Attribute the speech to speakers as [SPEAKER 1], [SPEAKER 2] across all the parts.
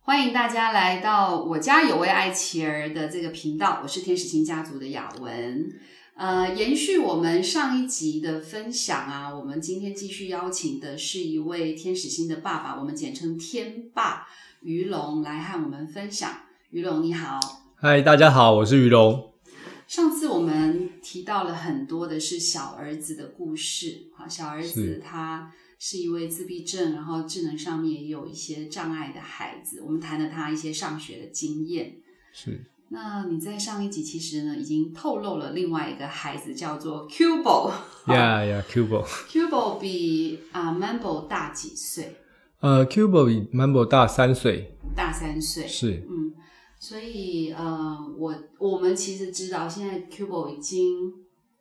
[SPEAKER 1] 欢迎大家来到我家有位爱琪儿的这个频道，我是天使星家族的雅文。呃，延续我们上一集的分享啊，我们今天继续邀请的是一位天使星的爸爸，我们简称天爸于龙来和我们分享。于龙你好，
[SPEAKER 2] 嗨，大家好，我是于龙。
[SPEAKER 1] 上次我们提到了很多的是小儿子的故事，好，小儿子
[SPEAKER 2] 是
[SPEAKER 1] 他是一位自闭症，然后智能上面也有一些障碍的孩子。我们谈了他一些上学的经验。
[SPEAKER 2] 是
[SPEAKER 1] 那你在上一集其实呢，已经透露了另外一个孩子叫做 Cubo。
[SPEAKER 2] ，Yeah Yeah，Cubo，
[SPEAKER 1] Cubo 比啊 Mambo 大几岁？
[SPEAKER 2] 呃，Cubo 比 Mambo 大三岁，
[SPEAKER 1] 大三岁。
[SPEAKER 2] 是
[SPEAKER 1] 嗯，所以呃，我我们其实知道现在 Cubo 已经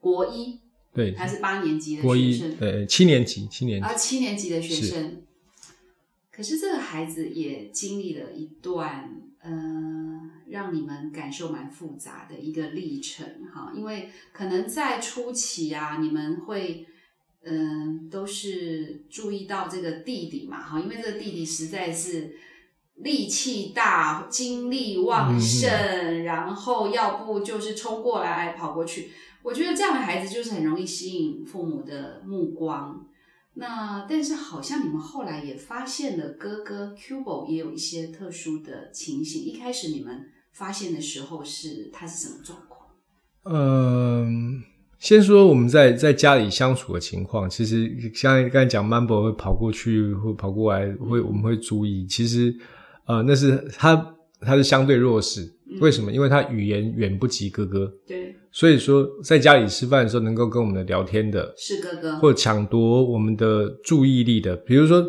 [SPEAKER 1] 国一
[SPEAKER 2] 对，
[SPEAKER 1] 还是八年级的
[SPEAKER 2] 国
[SPEAKER 1] 学
[SPEAKER 2] 一
[SPEAKER 1] 生，
[SPEAKER 2] 呃七年级，七年级
[SPEAKER 1] 啊，七年级的学生。可是这个孩子也经历了一段，呃，让你们感受蛮复杂的一个历程哈，因为可能在初期啊，你们会。嗯，都是注意到这个弟弟嘛，哈，因为这个弟弟实在是力气大、精力
[SPEAKER 2] 嗯
[SPEAKER 1] 旺盛，然后要不就是冲过来跑过去。我觉得这样的孩子就是很容易吸引父母的目光，那但是好像你们后来也发现了哥哥 Cubo 也有一些特殊的情形。一开始你们发现的时候是他是什么状况？
[SPEAKER 2] 嗯，先说我们在在家里相处的情况，其实像刚才讲，Mambo 会跑过去，会跑过来，
[SPEAKER 1] 嗯
[SPEAKER 2] 会我们会注意。其实，呃，那是他他是相对弱势，
[SPEAKER 1] 嗯
[SPEAKER 2] 为什么？因为他语言远不及哥哥，
[SPEAKER 1] 对，
[SPEAKER 2] 所以说在家里吃饭的时候能够跟我们聊天的，
[SPEAKER 1] 是哥哥，
[SPEAKER 2] 或抢夺我们的注意力的，比如说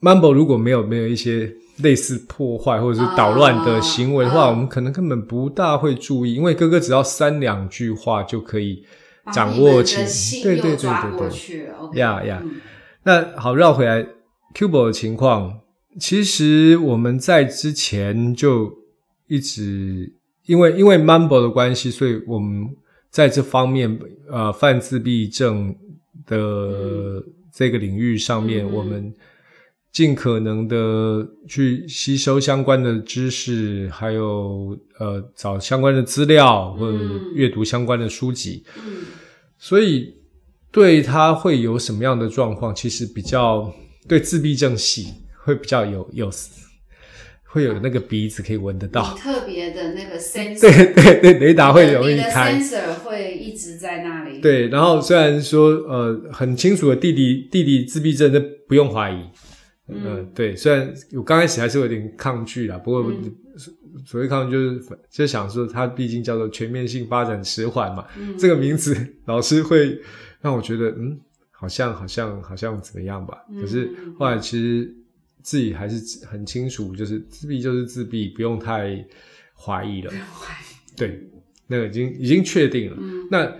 [SPEAKER 2] Mambo 如果没有没有一些类似破坏或者是捣乱的行为的话，
[SPEAKER 1] 啊啊
[SPEAKER 2] 我们可能根本不大会注意，因为哥哥只要三两句话就可以
[SPEAKER 1] 把
[SPEAKER 2] 掌
[SPEAKER 1] 你
[SPEAKER 2] 握
[SPEAKER 1] 们
[SPEAKER 2] 起
[SPEAKER 1] 的，信
[SPEAKER 2] 对对
[SPEAKER 1] 又
[SPEAKER 2] 对
[SPEAKER 1] 抓
[SPEAKER 2] 对
[SPEAKER 1] 过
[SPEAKER 2] 对。
[SPEAKER 1] 去。OK，
[SPEAKER 2] 呀呀
[SPEAKER 1] 嗯
[SPEAKER 2] 那好，绕回来 Cubo 的情况，其实我们在之前就一直因为因为 Mambo 的关系，所以我们在这方面呃泛自闭症的
[SPEAKER 1] 嗯
[SPEAKER 2] 这个领域上面，
[SPEAKER 1] 嗯
[SPEAKER 2] 我们尽可能的去吸收相关的知识，还有呃找相关的资料或者
[SPEAKER 1] 嗯
[SPEAKER 2] 阅读相关的书籍。
[SPEAKER 1] 嗯
[SPEAKER 2] 所以对他会有什么样的状况，其实比较对自闭症系会比较有有，会有那个鼻子可以闻得到
[SPEAKER 1] 你，特别的那个 sensor，
[SPEAKER 2] 对 对对，雷达会容易
[SPEAKER 1] 你的
[SPEAKER 2] 开。
[SPEAKER 1] sensor 会一直在那里。，
[SPEAKER 2] 对，然后虽然说呃很清楚的弟弟弟弟自闭症，这不用怀疑。
[SPEAKER 1] 嗯
[SPEAKER 2] 呃，对，虽然我刚开始还是有点抗拒啦，不过
[SPEAKER 1] 嗯
[SPEAKER 2] 所所谓抗拒就是就想说他毕竟叫做全面性发展迟缓嘛，
[SPEAKER 1] 嗯，
[SPEAKER 2] 这个名字老师会让我觉得，嗯，好像好像好像怎么样吧。
[SPEAKER 1] 嗯
[SPEAKER 2] 可是后来其实自己还是很清楚，就是自闭就是自闭，不用太怀疑了
[SPEAKER 1] 不。用怀疑
[SPEAKER 2] 对，那个已经已经确定了。
[SPEAKER 1] 嗯，
[SPEAKER 2] 那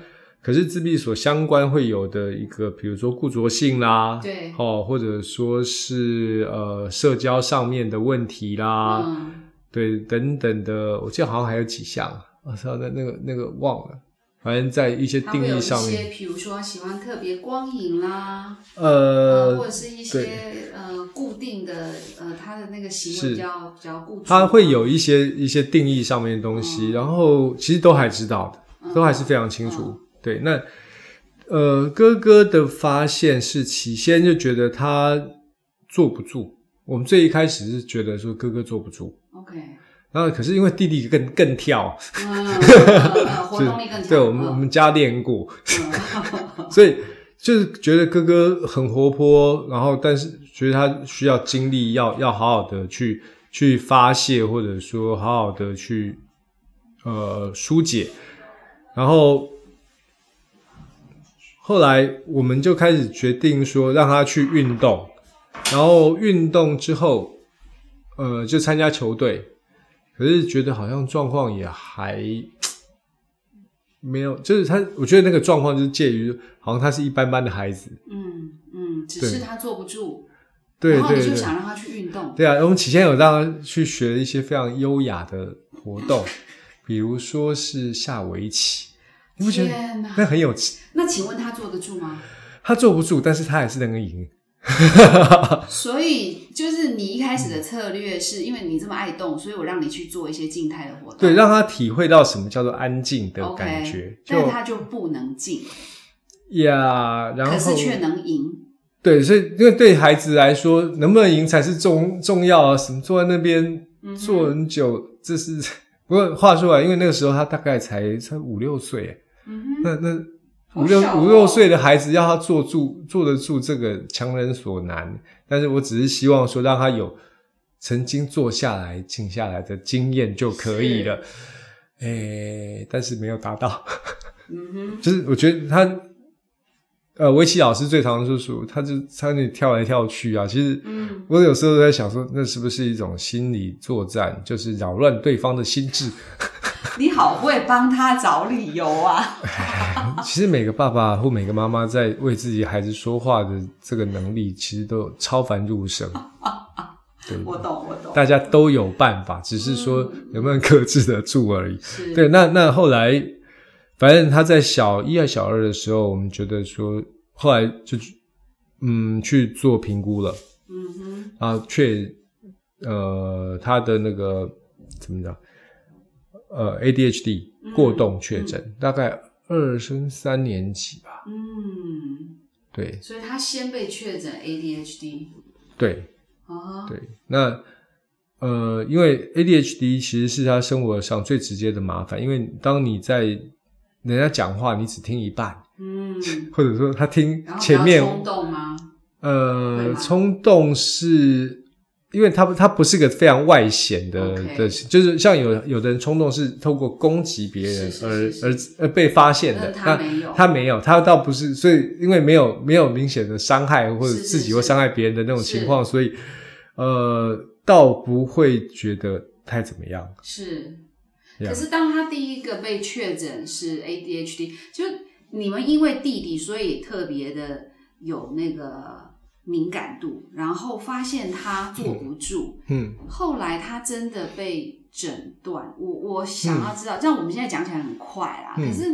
[SPEAKER 2] 可是自闭所相关会有的一个，比如说固着性啦，
[SPEAKER 1] 对
[SPEAKER 2] 哦，或者说是呃社交上面的问题啦，
[SPEAKER 1] 嗯，
[SPEAKER 2] 对，等等的，我记得好像还有几项，啊我操，那那个那个忘了，反正在一些
[SPEAKER 1] 他会
[SPEAKER 2] 定
[SPEAKER 1] 有
[SPEAKER 2] 义
[SPEAKER 1] 一
[SPEAKER 2] 上面，
[SPEAKER 1] 些，比如说喜欢特别光影啦，呃，或
[SPEAKER 2] 呃
[SPEAKER 1] 者，是一些呃固定的呃，他的那个行为
[SPEAKER 2] 是
[SPEAKER 1] 比较比较固定，
[SPEAKER 2] 它会有一些一些定义上面的东西，
[SPEAKER 1] 嗯
[SPEAKER 2] 然后其实都还知道的，
[SPEAKER 1] 嗯
[SPEAKER 2] 都还是非常清楚。对，那呃，哥哥的发现是起先就觉得他坐不住，我们最一开始是觉得说哥哥坐不住，
[SPEAKER 1] OK，
[SPEAKER 2] 然后可是因为弟弟更更跳，
[SPEAKER 1] 嗯，呃呃活动力更强，
[SPEAKER 2] 对我们我
[SPEAKER 1] 嗯
[SPEAKER 2] 们家练过，
[SPEAKER 1] 嗯
[SPEAKER 2] 所以就是觉得哥哥很活泼，然后但是觉得他需要精力要要好好的去去发泄，或者说好好的去呃疏解。然后后来我们就开始决定说让他去运动，然后运动之后，呃，就参加球队。可是觉得好像状况也还没有，就是他，我觉得那个状况就是介于，好像他是一般般的孩子，
[SPEAKER 1] 嗯嗯，只是他坐不住，
[SPEAKER 2] 对
[SPEAKER 1] 然后
[SPEAKER 2] 对
[SPEAKER 1] 你就
[SPEAKER 2] 对，
[SPEAKER 1] 想让他去运动，
[SPEAKER 2] 对啊，我们起先有让他去学一些非常优雅的活动，比如说是下围棋，你不觉得
[SPEAKER 1] 天哪，
[SPEAKER 2] 那很有？
[SPEAKER 1] 那请问他坐得住吗？
[SPEAKER 2] 他坐不住，但是他还是能够赢，
[SPEAKER 1] 所以就是你一开始的策略是因为你这么爱动，所以我让你去做一些静态的活动，
[SPEAKER 2] 对，让他体会到什么叫做安静的
[SPEAKER 1] 嗯 OK，
[SPEAKER 2] 感觉。
[SPEAKER 1] 但他就不能静，
[SPEAKER 2] 就呀，然后
[SPEAKER 1] 可是却能赢。
[SPEAKER 2] 对，所以因为对孩子来说，能不能赢才是重重要啊！什么坐在那边
[SPEAKER 1] 嗯哼
[SPEAKER 2] 坐很久，这是 不过话说来，因为那个时候他大概才才五六岁，
[SPEAKER 1] 嗯哼，
[SPEAKER 2] 那那
[SPEAKER 1] 好
[SPEAKER 2] 五六
[SPEAKER 1] 小哦
[SPEAKER 2] 五六岁的孩子要他坐住坐得住，这个强人所难。但是我只是希望说，让他有曾经坐下来、静下来的经验就可以了。诶，但是没有达到。
[SPEAKER 1] 嗯哼，
[SPEAKER 2] 就是我觉得他，呃，围棋老师最常说说，他就他那里跳来跳去啊。其实
[SPEAKER 1] 嗯，
[SPEAKER 2] 我有时候在想说，那是不是一种心理作战，就是扰乱对方的心智？
[SPEAKER 1] 你好会帮他找理由啊。
[SPEAKER 2] 其实每个爸爸或每个妈妈在为自己孩子说话的这个能力，其实都有超凡入圣。
[SPEAKER 1] 哦
[SPEAKER 2] 对，
[SPEAKER 1] 我懂，我懂，
[SPEAKER 2] 大家都有办法，只是说
[SPEAKER 1] 嗯
[SPEAKER 2] 能不能克制得住而已。
[SPEAKER 1] 是，
[SPEAKER 2] 对，，那那后来，反正他在小一还啊小二的时候，我们觉得说，后来就嗯去做评估了
[SPEAKER 1] 嗯哼，
[SPEAKER 2] 啊，确呃他的那个怎么讲，呃 ADHD
[SPEAKER 1] 嗯
[SPEAKER 2] 过动确诊，大概二升三年级吧，
[SPEAKER 1] 嗯，
[SPEAKER 2] 对
[SPEAKER 1] 所以他先被确诊 ADHD
[SPEAKER 2] 对
[SPEAKER 1] 啊，
[SPEAKER 2] 对，那。呃，因为 ADHD 其实是他生活上最直接的麻烦，因为当你在人家讲话，你只听一半，
[SPEAKER 1] 嗯，
[SPEAKER 2] 或者说他听
[SPEAKER 1] 然后
[SPEAKER 2] 前
[SPEAKER 1] 比
[SPEAKER 2] 面
[SPEAKER 1] 较冲动吗？会
[SPEAKER 2] 呃
[SPEAKER 1] 吗
[SPEAKER 2] 冲动是，因为他不他不是个非常外显的
[SPEAKER 1] OK
[SPEAKER 2] 的，就是像有有的人冲动是透过攻击别人
[SPEAKER 1] 是
[SPEAKER 2] 而
[SPEAKER 1] 是是是
[SPEAKER 2] 而而被发现的
[SPEAKER 1] 但，他
[SPEAKER 2] 那
[SPEAKER 1] 没有
[SPEAKER 2] 他没有，他倒不是，所以因为没有没有明显的伤害或者
[SPEAKER 1] 是是
[SPEAKER 2] 自己
[SPEAKER 1] 是
[SPEAKER 2] 或伤害别人的那种情况，所以呃倒不会觉得太怎么样。
[SPEAKER 1] 是，
[SPEAKER 2] Yeah
[SPEAKER 1] 可是当他第一个被确诊是 ADHD，就你们因为弟弟，所以特别的有那个敏感度，然后发现他坐不住，
[SPEAKER 2] 嗯，
[SPEAKER 1] 后来他真的被诊断。我我想要知道，像我们现在讲起来很快啦，
[SPEAKER 2] 嗯
[SPEAKER 1] 可是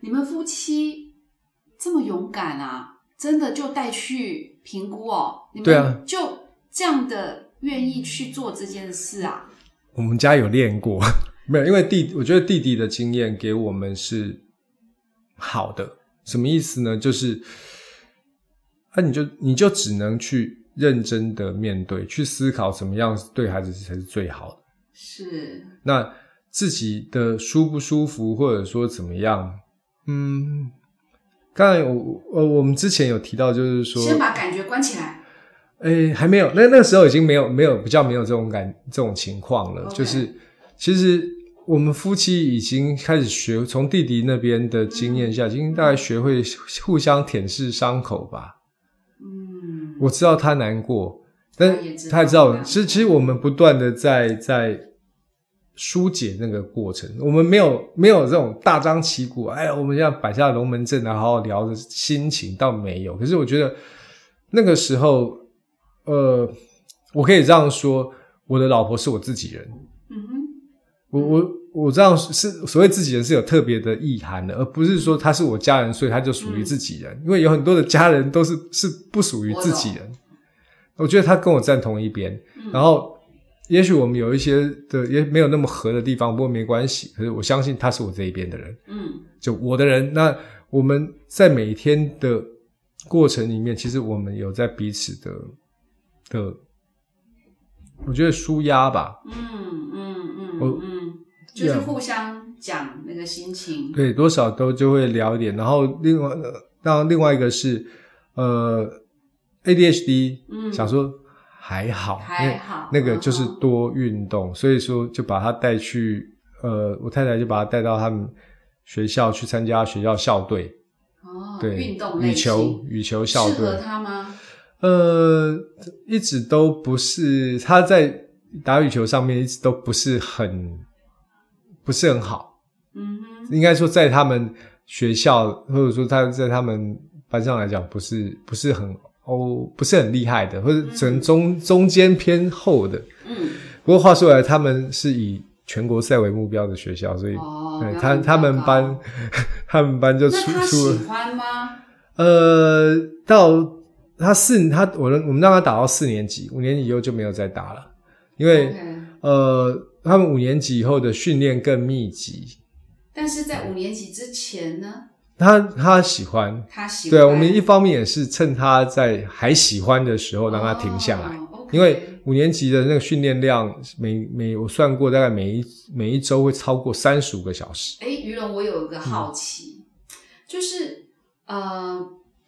[SPEAKER 1] 你们夫妻这么勇敢啊，真的就带去评估哦，你
[SPEAKER 2] 对啊
[SPEAKER 1] 们就这样的愿意去做这件事啊？
[SPEAKER 2] 我们家有练过， 没有，因为弟，我觉得弟弟的经验给我们是好的。什么意思呢？就是，啊，你就你就只能去认真的面对，去思考怎么样对孩子才是最好的。
[SPEAKER 1] 是，
[SPEAKER 2] 那自己的舒不舒服，或者说怎么样，嗯，刚才我呃我们之前有提到，就是说，
[SPEAKER 1] 先把感觉关起来。
[SPEAKER 2] 诶，还没有，那那个时候已经没有没有比较没有这种感这种情况了
[SPEAKER 1] OK
[SPEAKER 2] 就是其实我们夫妻已经开始学，从弟弟那边的经验下，已经大概学会互相舔舐伤口吧。
[SPEAKER 1] 嗯，
[SPEAKER 2] 我知道他难过，但
[SPEAKER 1] 他也知道
[SPEAKER 2] 他也知道
[SPEAKER 1] 他难，过
[SPEAKER 2] 其实其实我们不断的在在疏解那个过程，我们没有没有这种大张旗鼓，哎呀，我们要摆下龙门阵来好好聊的心情倒没有。可是我觉得那个时候，呃，我可以这样说，我的老婆是我自己人，
[SPEAKER 1] 嗯哼，
[SPEAKER 2] 我我。我这样是所谓自己人是有特别的意涵的，而不是说他是我家人，所以他就属于
[SPEAKER 1] 嗯
[SPEAKER 2] 自己人。因为有很多的家人都是是不属于
[SPEAKER 1] 我
[SPEAKER 2] 自
[SPEAKER 1] 懂
[SPEAKER 2] 己人。我觉得他跟我站同一边，
[SPEAKER 1] 嗯
[SPEAKER 2] 然后也许我们有一些的也没有那么合的地方，不过没关系。可是我相信他是我这一边的人，
[SPEAKER 1] 嗯
[SPEAKER 2] 就我的人。那我们在每天的过程里面，其实我们有在彼此的的，我觉得舒压吧，
[SPEAKER 1] 嗯嗯嗯
[SPEAKER 2] 我
[SPEAKER 1] 嗯，就是
[SPEAKER 2] Yeah
[SPEAKER 1] 互相讲那个心情。
[SPEAKER 2] 对，多少都就会聊一点。然后另外，当然另外一个是呃，ADHD，
[SPEAKER 1] 嗯
[SPEAKER 2] 想说还好，
[SPEAKER 1] 还
[SPEAKER 2] 因为
[SPEAKER 1] 好
[SPEAKER 2] 那个就是
[SPEAKER 1] 嗯哼
[SPEAKER 2] 多运动，所以说就把他带去，呃，我太太就把他带到他们学校去参加学校校队，
[SPEAKER 1] 哦，
[SPEAKER 2] 对，
[SPEAKER 1] 运动类
[SPEAKER 2] 羽
[SPEAKER 1] 型
[SPEAKER 2] 球羽球校
[SPEAKER 1] 适合
[SPEAKER 2] 队，
[SPEAKER 1] 他吗？
[SPEAKER 2] 呃，一直都不是他在打羽球上面一直都不是很不是很好，
[SPEAKER 1] 嗯哼，
[SPEAKER 2] 应该说在他们学校或者说他在他们班上来讲，不是不是很哦，不是很厉害的，或者只能中、中间偏后的。
[SPEAKER 1] 嗯，
[SPEAKER 2] 不过话说来，他们是以全国赛为目标的学校，所以、
[SPEAKER 1] 哦
[SPEAKER 2] 对
[SPEAKER 1] 要
[SPEAKER 2] 他
[SPEAKER 1] 很
[SPEAKER 2] 他们
[SPEAKER 1] 高
[SPEAKER 2] 班 他们班就出
[SPEAKER 1] 那他
[SPEAKER 2] 出了
[SPEAKER 1] 喜欢吗？
[SPEAKER 2] 呃到他四他我们我们让他打到四年级，五年级以后就没有再打了，因为
[SPEAKER 1] OK
[SPEAKER 2] 呃，他们五年级以后的训练更密集。
[SPEAKER 1] 但是在五年级之前呢，
[SPEAKER 2] 他他喜欢，
[SPEAKER 1] 他喜欢
[SPEAKER 2] 对我们一方面也是趁他在还喜欢的时候让他停下来，
[SPEAKER 1] 哦，OK
[SPEAKER 2] 因为五年级的那个训练量每每我算过，大概每一每一周会超过三十五个小时。
[SPEAKER 1] 哎，于龙，我有一个好奇，就是呃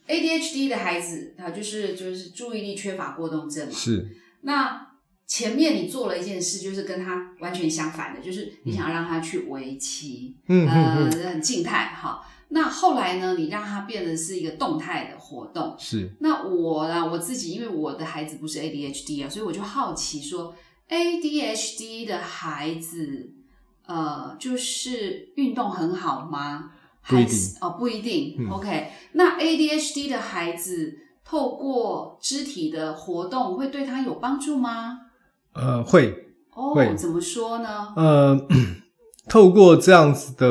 [SPEAKER 1] ，ADHD 的孩子啊，就是就是注意力缺乏过动症嘛。
[SPEAKER 2] 是
[SPEAKER 1] 那前面你做了一件事，就是跟他完全相反的，就是你想让他去围 棋，
[SPEAKER 2] 嗯嗯
[SPEAKER 1] 呃
[SPEAKER 2] 嗯，，
[SPEAKER 1] 很静态哈。那后来呢，你让他变得是一个动态的活动。
[SPEAKER 2] 是
[SPEAKER 1] 那我啦，我自己因为我的孩子不是 ADHD 啊，所以我就好奇说，ADHD 的孩子，呃，就是运动很好吗？
[SPEAKER 2] 不一
[SPEAKER 1] 还是哦，不一定。
[SPEAKER 2] 嗯
[SPEAKER 1] OK，那 ADHD 的孩子透过肢体的活动会对他有帮助吗？
[SPEAKER 2] 呃会
[SPEAKER 1] 哦，
[SPEAKER 2] 会
[SPEAKER 1] 怎么说呢？
[SPEAKER 2] 呃，透过这样子的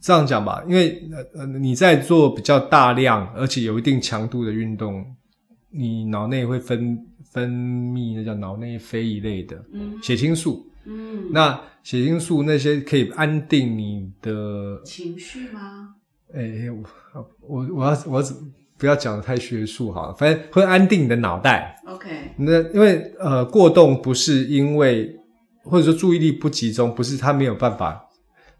[SPEAKER 2] 这样讲吧，因为呃呃你在做比较大量而且有一定强度的运动，你脑内会分分泌那叫脑内啡一类的
[SPEAKER 1] 嗯
[SPEAKER 2] 血清素，
[SPEAKER 1] 嗯，
[SPEAKER 2] 那血清素那些可以安定你的，
[SPEAKER 1] 情绪吗？
[SPEAKER 2] 诶、我我我要我要不要讲的太学术好了，反正会安定你的脑袋。
[SPEAKER 1] OK，
[SPEAKER 2] 那因为呃过动不是因为或者说注意力不集中，不是他没有办法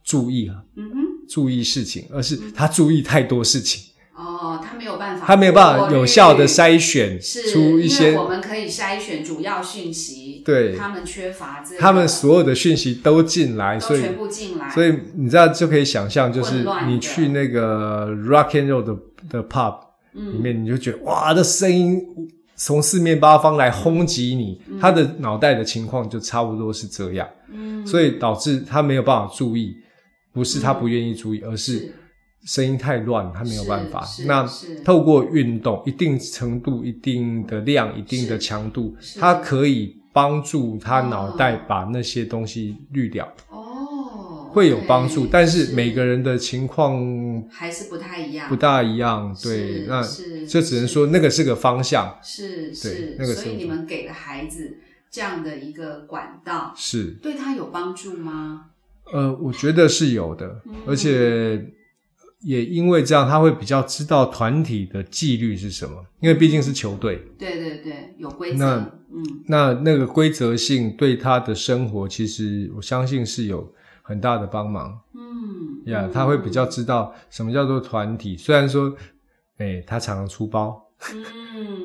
[SPEAKER 2] 注意啊
[SPEAKER 1] 嗯哼，
[SPEAKER 2] 注意事情，而是他注意太多事情，
[SPEAKER 1] 哦，他没有办法过滤，
[SPEAKER 2] 他没有办法有效的筛选
[SPEAKER 1] 是
[SPEAKER 2] 出一
[SPEAKER 1] 因
[SPEAKER 2] 些
[SPEAKER 1] 为我们可以筛选主要讯息，
[SPEAKER 2] 对
[SPEAKER 1] 他们缺乏这个，
[SPEAKER 2] 他们所有的讯息都进来，
[SPEAKER 1] 都
[SPEAKER 2] 所以
[SPEAKER 1] 全部进来，
[SPEAKER 2] 所以你知道就可以想象，就是
[SPEAKER 1] 混乱的
[SPEAKER 2] 你去那个 rock and roll 的的 pub 里
[SPEAKER 1] 嗯，
[SPEAKER 2] 面，你就觉得哇，这声音从四面八方来轰击你，他的脑袋的情况就差不多是这样。
[SPEAKER 1] 嗯
[SPEAKER 2] 所以导致他没有办法注意，不是他不愿意注意，而是
[SPEAKER 1] 嗯是
[SPEAKER 2] 声音太乱，他没有办法
[SPEAKER 1] 是。
[SPEAKER 2] 那
[SPEAKER 1] 是
[SPEAKER 2] 透过运动，一定程度、一定的量、一定
[SPEAKER 1] 是
[SPEAKER 2] 的强度，
[SPEAKER 1] 是
[SPEAKER 2] 它可以帮助他脑袋
[SPEAKER 1] 哦
[SPEAKER 2] 把那些东西滤掉，
[SPEAKER 1] 哦，
[SPEAKER 2] 会有帮助。
[SPEAKER 1] 对
[SPEAKER 2] 但是每个人的情况
[SPEAKER 1] 还是不太一样，
[SPEAKER 2] 不大一样，
[SPEAKER 1] 是
[SPEAKER 2] 对，那
[SPEAKER 1] 是
[SPEAKER 2] 就只能
[SPEAKER 1] 是
[SPEAKER 2] 说那个是个方向，
[SPEAKER 1] 是
[SPEAKER 2] 对
[SPEAKER 1] 是，
[SPEAKER 2] 那个
[SPEAKER 1] 所以
[SPEAKER 2] 程度
[SPEAKER 1] 你们给了孩子这样的一个管道，
[SPEAKER 2] 是。
[SPEAKER 1] 对他有帮助吗？
[SPEAKER 2] 呃，我觉得是有的
[SPEAKER 1] 嗯，
[SPEAKER 2] 而且也因为这样，他会比较知道团体的纪律是什么，因为毕竟是球队，
[SPEAKER 1] 对对对，有规则
[SPEAKER 2] 那，
[SPEAKER 1] 嗯
[SPEAKER 2] 那那个规则性对他的生活，其实我相信是有很大的帮忙
[SPEAKER 1] 嗯，
[SPEAKER 2] 呀。
[SPEAKER 1] 嗯
[SPEAKER 2] 他会比较知道什么叫做团体，虽然说，哎，他常常出包，
[SPEAKER 1] 嗯，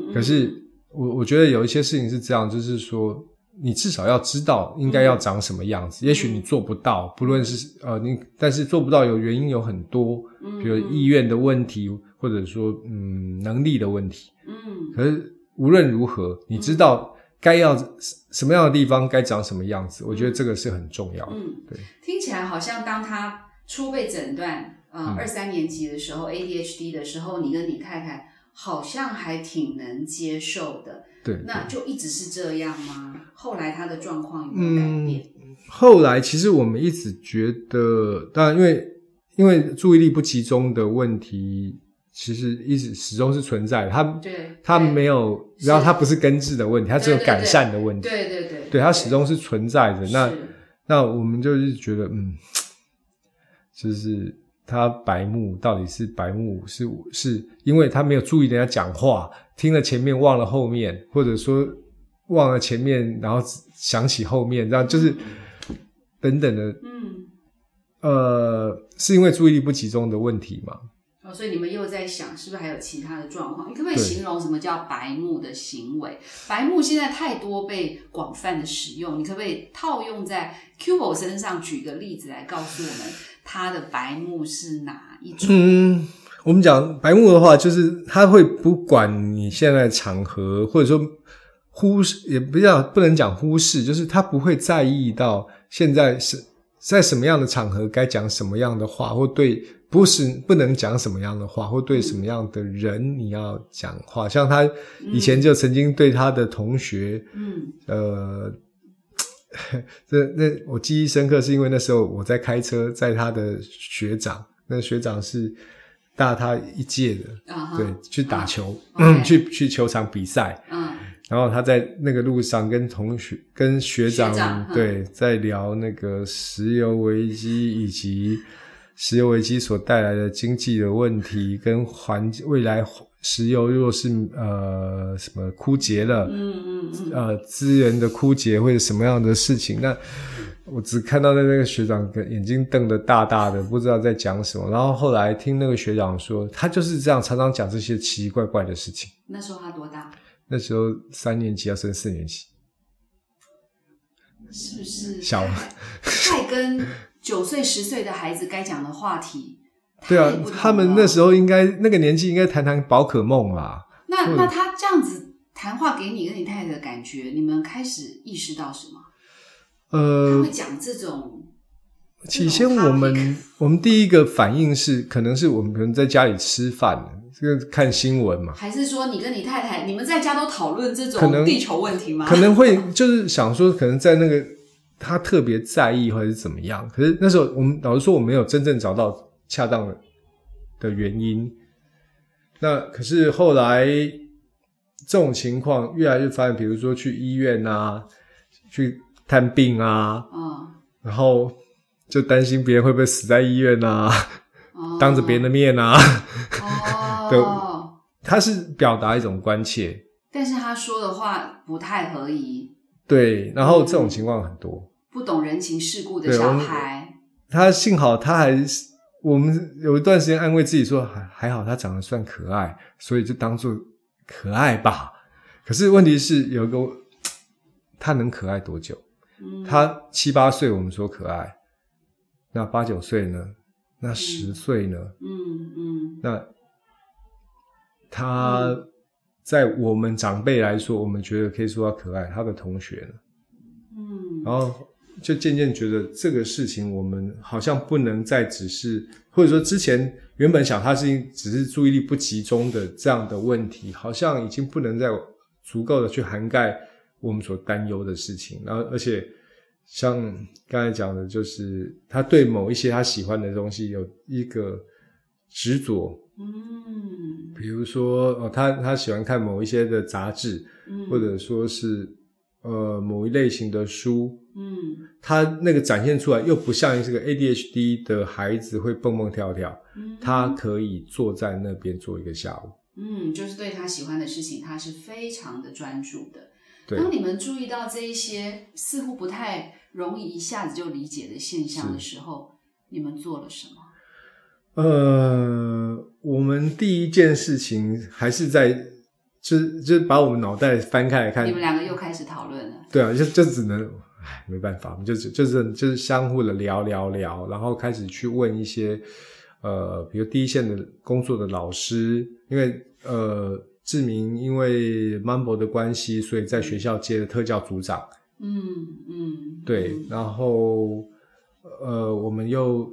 [SPEAKER 1] 嗯
[SPEAKER 2] 可是我我觉得有一些事情是这样，就是说。你至少要知道应该要
[SPEAKER 1] 嗯
[SPEAKER 2] 长什么样子，也许你做不到，不论是呃你，但是做不到有原因有很多，
[SPEAKER 1] 嗯
[SPEAKER 2] 比如意愿的问题，或者说嗯能力的问题。
[SPEAKER 1] 嗯
[SPEAKER 2] 可是无论如何，你知道该要什么样的地方该长什么样子，我觉得这个是很重要的。
[SPEAKER 1] 嗯，
[SPEAKER 2] 啊对，
[SPEAKER 1] 听起来好像当他初被诊断，呃，
[SPEAKER 2] 嗯
[SPEAKER 1] 二三年级的时候，ADHD 的时候，你跟你太太好像还挺能接受的，
[SPEAKER 2] 对，
[SPEAKER 1] 那就一直是这样吗？后来他的状况有没有改
[SPEAKER 2] 嗯
[SPEAKER 1] 变？
[SPEAKER 2] 后来其实我们一直觉得，当然因为因为注意力不集中的问题，其实一直始终是存在的。它
[SPEAKER 1] 对，
[SPEAKER 2] 它没有，
[SPEAKER 1] 是
[SPEAKER 2] 然后它不是根治的问题，它只有
[SPEAKER 1] 对对对
[SPEAKER 2] 改善的问题。
[SPEAKER 1] 对对对，
[SPEAKER 2] 对，它始终是存在的。那
[SPEAKER 1] 是
[SPEAKER 2] 那我们就是觉得，嗯，就是他白目到底是白目，是是因为他没有注意人家讲话，听了前面忘了后面，或者说忘了前面，然后想起后面，然后就是等等的，
[SPEAKER 1] 嗯，
[SPEAKER 2] 呃，是因为注意力不集中的问题嘛？
[SPEAKER 1] 哦，所以你们又在想，是不是还有其他的状况？你可不可以
[SPEAKER 2] 对
[SPEAKER 1] 形容什么叫白目的行为？白目现在太多被广泛的使用，你可不可以套用在 Cubo 身上，举个例子来告诉我们他的白目是哪一种？
[SPEAKER 2] 嗯，我们讲白目的话，就是他会不管你现在的场合，或者说忽视，也不要不能讲忽视，就是他不会在意到现在是在什么样的场合该讲什么样的话，或对不是不能讲什么样的话，或对什么样的人你要讲话。像他以前就曾经对他的同学，
[SPEAKER 1] 嗯
[SPEAKER 2] 呃， 这那我记忆深刻，是因为那时候我在开车，在他的学长，那学长是大他一届的，
[SPEAKER 1] 啊哈，
[SPEAKER 2] 对，去打球，
[SPEAKER 1] OK
[SPEAKER 2] 去去球场比赛，
[SPEAKER 1] 嗯，
[SPEAKER 2] 然后他在那个路上跟同学、跟学长
[SPEAKER 1] 学长嗯
[SPEAKER 2] 对在聊那个石油危机以及石油危机所带来的经济的问题，跟环未来石油若是呃什么枯竭了，
[SPEAKER 1] 嗯嗯嗯，
[SPEAKER 2] 呃资源的枯竭会是什么样的事情？那我只看到那那个学长跟眼睛瞪得大大的，不知道在讲什么。然后后来听那个学长说，他就是这样常常讲这些奇奇怪怪的事情。
[SPEAKER 1] 那时候他多大？
[SPEAKER 2] 那时候三年级要升四年级，
[SPEAKER 1] 是不是
[SPEAKER 2] 小
[SPEAKER 1] 太太跟九岁十岁的孩子该讲的话题？
[SPEAKER 2] 对啊
[SPEAKER 1] 太不同，了
[SPEAKER 2] 他们那时候应该那个年纪应该谈谈宝可梦啊啦。
[SPEAKER 1] 那那他这样子谈话给你跟你太太的感觉，你们开始意识到什么？他
[SPEAKER 2] 呃
[SPEAKER 1] 会，讲这种
[SPEAKER 2] 起先我们我们第一个反应是，可能是我们可能在家里吃饭，这个看新闻嘛，
[SPEAKER 1] 还是说你跟你太太，你们在家都讨论这
[SPEAKER 2] 可
[SPEAKER 1] 种
[SPEAKER 2] 能
[SPEAKER 1] 地球问题吗？
[SPEAKER 2] 可能会就是想说，可能在那个他特别在意或者是怎么样。可是那时候我们老实说，我没有真正找到恰当的的原因。那可是后来这种情况越来越发现，比如说去医院啊，去探病啊，
[SPEAKER 1] 嗯，
[SPEAKER 2] 然后就担心别人会不会死在医院啊，
[SPEAKER 1] 哦
[SPEAKER 2] 当着别人的面啊。
[SPEAKER 1] 哦，
[SPEAKER 2] 他是表达一种关切，
[SPEAKER 1] 但是他说的话不太合宜，
[SPEAKER 2] 对，然后这种情况很多。
[SPEAKER 1] 不懂人情世故的
[SPEAKER 2] 对我
[SPEAKER 1] 小
[SPEAKER 2] 们
[SPEAKER 1] 孩，
[SPEAKER 2] 他幸好他还是我们有一段时间安慰自己说还还好他长得算可爱，所以就当做可爱吧。可是问题是有一个他能可爱多久？
[SPEAKER 1] 嗯，
[SPEAKER 2] 他七八岁我们说可爱，那八九岁呢？那十岁呢？
[SPEAKER 1] 嗯嗯
[SPEAKER 2] 那他在我们长辈来说，我们觉得可以说他可爱，他的同学呢？
[SPEAKER 1] 嗯，
[SPEAKER 2] 然后就渐渐觉得这个事情，我们好像不能再只是，或者说之前原本想它是一只是注意力不集中的这样的问题，好像已经不能再足够的去涵盖我们所担忧的事情。然后，而且像刚才讲的，就是他对某一些他喜欢的东西有一个执着，
[SPEAKER 1] 嗯
[SPEAKER 2] 比如说哦，他他喜欢看某一些的杂志，
[SPEAKER 1] 嗯，
[SPEAKER 2] 或者说是呃某一类型的书，
[SPEAKER 1] 嗯
[SPEAKER 2] 他那个展现出来又不像是个 ADHD 的孩子会蹦蹦跳跳，
[SPEAKER 1] 嗯，
[SPEAKER 2] 他可以坐在那边坐一个下午。
[SPEAKER 1] 嗯，就是对他喜欢的事情，他是非常的专注的。
[SPEAKER 2] 对
[SPEAKER 1] 当你们注意到这一些似乎不太容易一下子就理解的现象的时候，你们做了什么？
[SPEAKER 2] 呃，我们第一件事情还是在，就是就是把我们脑袋翻开来看
[SPEAKER 1] 你，们两个又开始讨论了。
[SPEAKER 2] 对啊，就就只能，唉，没办法，我们就只就是就是相互的聊聊聊，然后开始去问一些，呃，比如第一线的工作的老师，因为呃，志明因为 Mambo 的关系，所以在学校接了特教组长，
[SPEAKER 1] 嗯嗯，
[SPEAKER 2] 对，
[SPEAKER 1] 嗯
[SPEAKER 2] 然后呃，我们又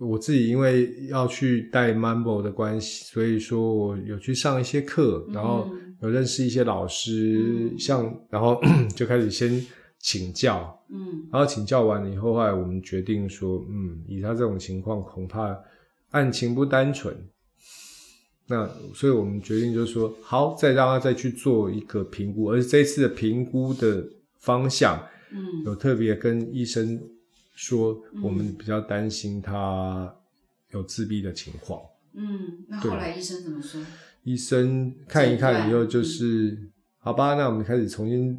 [SPEAKER 2] 我自己因为要去带 Mambo 的关系，所以说我有去上一些课，然后
[SPEAKER 1] 嗯
[SPEAKER 2] 有认识一些老师，
[SPEAKER 1] 嗯
[SPEAKER 2] 像然后 就开始先请教，
[SPEAKER 1] 嗯
[SPEAKER 2] 然后请教完了以后，后来我们决定说，嗯，以他这种情况，恐怕案情不单纯。那所以我们决定就是说，好，再让他再去做一个评估，而这一次的评估的方向
[SPEAKER 1] 嗯
[SPEAKER 2] 有特别跟医生说
[SPEAKER 1] 嗯，
[SPEAKER 2] 我们比较担心他有自闭的情况。
[SPEAKER 1] 嗯，那
[SPEAKER 2] 对
[SPEAKER 1] 后来医生怎么说？
[SPEAKER 2] 医生看一看以后，
[SPEAKER 1] 诊
[SPEAKER 2] 就
[SPEAKER 1] 断嗯
[SPEAKER 2] 是好吧，那我们开始重新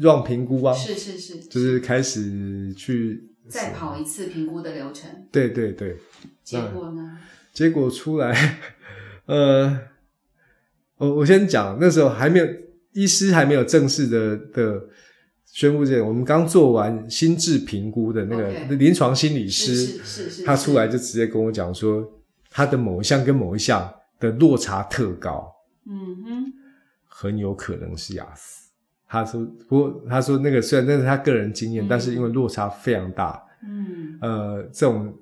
[SPEAKER 2] 让评估吧，
[SPEAKER 1] 是是是，
[SPEAKER 2] 就是开始去
[SPEAKER 1] 再跑一次评估的流程，
[SPEAKER 2] 对对对，
[SPEAKER 1] 结果呢？
[SPEAKER 2] 结果出来，呃，我我先讲，那时候还没有医师还没有正式的的宣布这个，我们刚做完心智评估的那个
[SPEAKER 1] OK
[SPEAKER 2] 临床心理师，
[SPEAKER 1] 是是是是，
[SPEAKER 2] 他出来
[SPEAKER 1] 是
[SPEAKER 2] 就直接跟我讲说，他的某一项跟某一项的落差特高，
[SPEAKER 1] 嗯哼，
[SPEAKER 2] 很有可能是雅思。他说，不过他说那个虽然那是他个人经验，
[SPEAKER 1] 嗯
[SPEAKER 2] 但是因为落差非常大，
[SPEAKER 1] 嗯
[SPEAKER 2] 呃，这种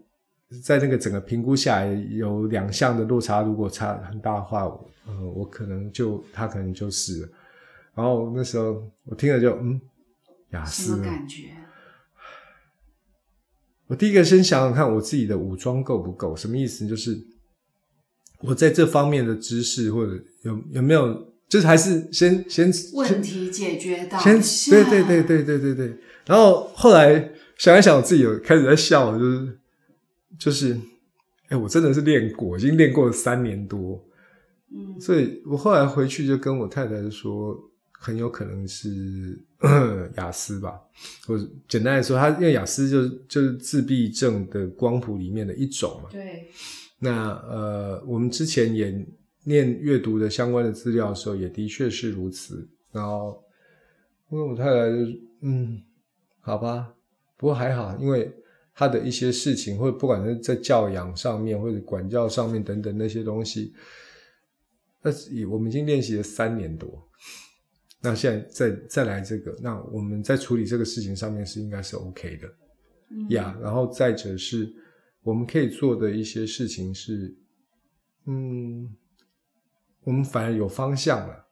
[SPEAKER 2] 在那个整个评估下来有两项的落差，如果差很大的话，呃，我可能就他可能就是了。然后那时候我听了就嗯，雅
[SPEAKER 1] 什
[SPEAKER 2] 思
[SPEAKER 1] 么，感觉？
[SPEAKER 2] 我第一个先想想看我自己的武装够不够，什么意思？就是我在这方面的知识或者有有没有，就是还是先先
[SPEAKER 1] 问题啊解决到
[SPEAKER 2] 先
[SPEAKER 1] 下
[SPEAKER 2] 对对对对对对对。然后后来想一想，我自己有开始在笑了，就是就是，哎、我真的是练过，已经练过了三年多，
[SPEAKER 1] 嗯
[SPEAKER 2] 所以我后来回去就跟我太太就说，很有可能是 雅思吧，或者简单来说，它因为雅思就是就是自闭症的光谱里面的一种嘛。
[SPEAKER 1] 对
[SPEAKER 2] 那呃，我们之前也念阅读的相关的资料的时候，也的确是如此。然后因为我太太就嗯，好吧，不过还好，因为她的一些事情，或者不管是在教养上面，或者管教上面等等那些东西，但是也我们已经练习了三年多。那现在再再来这个，那我们在处理这个事情上面是应该是 OK 的。
[SPEAKER 1] 嗯
[SPEAKER 2] 呀然后再者是我们可以做的一些事情是，嗯，我们反而有方向了。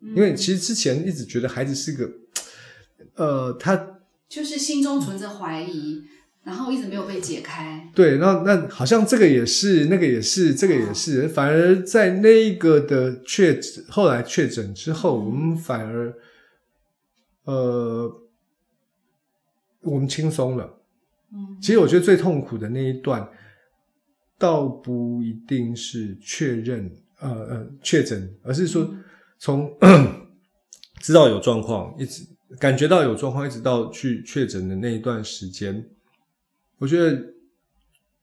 [SPEAKER 1] 嗯
[SPEAKER 2] 因为其实之前一直觉得孩子是个，呃，他
[SPEAKER 1] 就是心中存着怀疑，然后一直没有被解开，
[SPEAKER 2] 对，那那好像这个也是，那个也是，这个也是，反而在那一个的确后来确诊之后，我们
[SPEAKER 1] 嗯
[SPEAKER 2] 反而，呃，我们轻松了。
[SPEAKER 1] 嗯，
[SPEAKER 2] 其实我觉得最痛苦的那一段，倒不一定是确认呃呃确诊，而是说
[SPEAKER 1] 嗯
[SPEAKER 2] 从 知道有状况，一直感觉到有状况，一直到去确诊的那一段时间，我觉得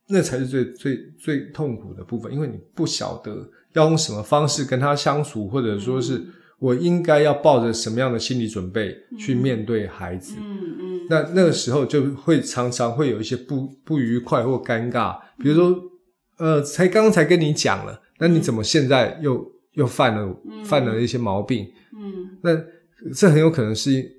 [SPEAKER 2] 那才是最最最痛苦的部分，因为你不晓得要用什么方式跟他相处，或者说是
[SPEAKER 1] 嗯
[SPEAKER 2] 我应该要抱着什么样的心理准备去
[SPEAKER 1] 嗯
[SPEAKER 2] 面对孩子。
[SPEAKER 1] 嗯嗯，
[SPEAKER 2] 那那个时候就会常常会有一些不不愉快或尴尬，比如说，呃，才刚刚才跟你讲了，那你怎么现在又又犯了
[SPEAKER 1] 嗯
[SPEAKER 2] 犯了一些毛病？
[SPEAKER 1] 嗯
[SPEAKER 2] 那这很有可能是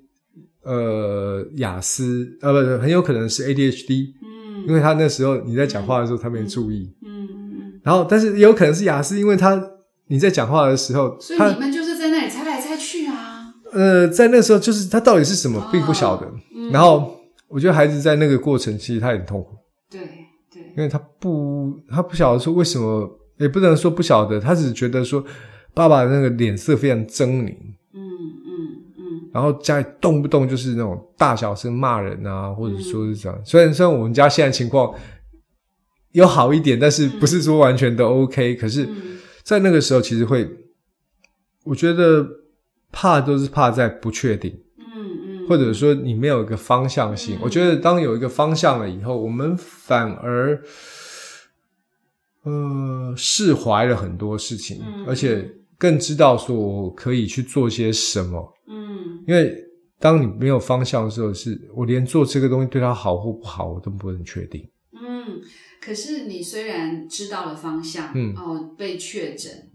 [SPEAKER 2] 呃雅思，呃，不是，很有可能是 ADHD，
[SPEAKER 1] 嗯，
[SPEAKER 2] 因为他那时候你在讲话的时候他没注意，
[SPEAKER 1] 嗯嗯嗯，
[SPEAKER 2] 然后但是也有可能是雅思，因为他你在讲话的时候，
[SPEAKER 1] 所以
[SPEAKER 2] 他
[SPEAKER 1] 你们就是在那里猜来猜去啊，
[SPEAKER 2] 呃，在那时候就是他到底是什么并不晓得，
[SPEAKER 1] 哦嗯
[SPEAKER 2] 然后我觉得孩子在那个过程其实他很痛苦，
[SPEAKER 1] 对对
[SPEAKER 2] 因为他不他不晓得说为什么，也不能说不晓得，他只是觉得说爸爸那个脸色非常狰狞，
[SPEAKER 1] 嗯嗯嗯
[SPEAKER 2] 然后家里动不动就是那种大小声骂人啊，或者说是这样。虽然虽然我们家现在情况有好一点，但是不是说完全都 OK，、可是
[SPEAKER 1] 嗯，
[SPEAKER 2] 在那个时候其实会，我觉得怕都是怕在不确定。
[SPEAKER 1] 嗯嗯，
[SPEAKER 2] 或者说你没有一个方向性
[SPEAKER 1] 嗯。
[SPEAKER 2] 我觉得当有一个方向了以后，我们反而呃释怀了很多事情
[SPEAKER 1] 嗯，
[SPEAKER 2] 而且更知道说我可以去做些什么。
[SPEAKER 1] 嗯
[SPEAKER 2] 因为当你没有方向的时候，是我连做这个东西对它好或不好，我都不能确定。
[SPEAKER 1] 嗯，可是你虽然知道了方向，
[SPEAKER 2] 嗯
[SPEAKER 1] 哦，被确诊，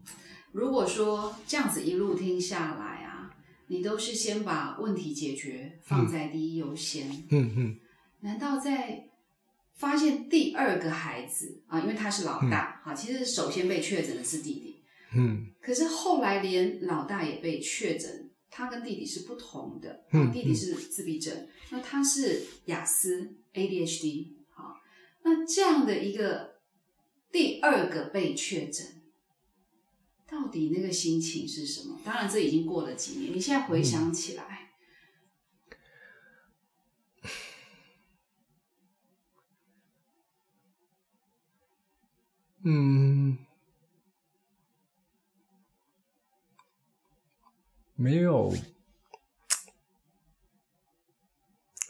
[SPEAKER 1] 如果说这样子一路听下来啊，你都是先把问题解决放在第一优先，
[SPEAKER 2] 嗯嗯
[SPEAKER 1] 难道在发现第二个孩子啊，因为他是老大啊，其实首先被确诊的是弟弟，
[SPEAKER 2] 嗯
[SPEAKER 1] 可是后来连老大也被确诊，他跟弟弟是不同的，
[SPEAKER 2] 嗯
[SPEAKER 1] 啊弟弟是自闭症，那他是雅思 ADHD，好，啊那这样的一个第二个被确诊，到底那个心情是什么？当然这已经过了几年，你现在
[SPEAKER 2] 嗯
[SPEAKER 1] 回想起来，
[SPEAKER 2] 嗯，没有。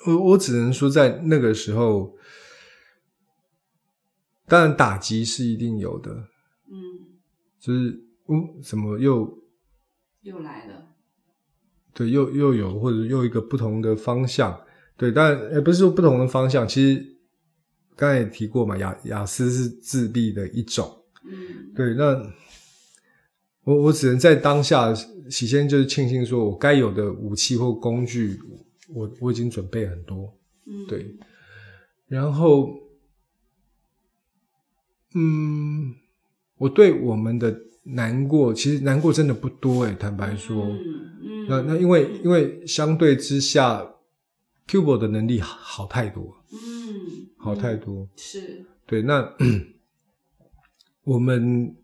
[SPEAKER 2] 我我只能说，在那个时候，当然打击是一定有的，
[SPEAKER 1] 嗯，
[SPEAKER 2] 就是嗯，怎么又
[SPEAKER 1] 又来了，
[SPEAKER 2] 对又又有或者又一个不同的方向，对，但也不是说不同的方向，其实刚才也提过嘛，雅雅思是自闭的一种，
[SPEAKER 1] 嗯
[SPEAKER 2] 对，那我我只能在当下，起先就是庆幸说，我该有的武器或工具，我我已经准备很多。
[SPEAKER 1] 嗯，
[SPEAKER 2] 对，然后，嗯，我对我们的难过，其实难过真的不多诶，坦白说，
[SPEAKER 1] 嗯嗯，
[SPEAKER 2] 那那因为因为相对之下，Cubo 的能力好好太多，
[SPEAKER 1] 嗯
[SPEAKER 2] 好太
[SPEAKER 1] 嗯
[SPEAKER 2] 多。
[SPEAKER 1] 是
[SPEAKER 2] 对，那我们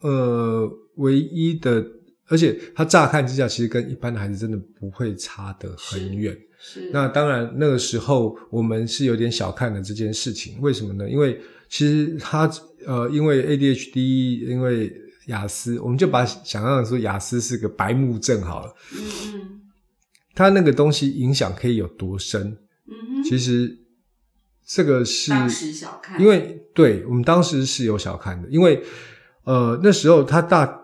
[SPEAKER 2] 呃唯一的，而且他乍看之下，其实跟一般的孩子真的不会差得很远。
[SPEAKER 1] 是
[SPEAKER 2] 那当然，那个时候我们是有点小看了这件事情。为什么呢？因为其实他呃，因为 ADHD，因为雅思，我们就把想象说雅思是个白目症好了。
[SPEAKER 1] 嗯嗯
[SPEAKER 2] 他那个东西影响可以有多深？
[SPEAKER 1] 嗯哼，
[SPEAKER 2] 其实这个是
[SPEAKER 1] 当时小看，
[SPEAKER 2] 因为对我们当时是有小看的，因为呃那时候他大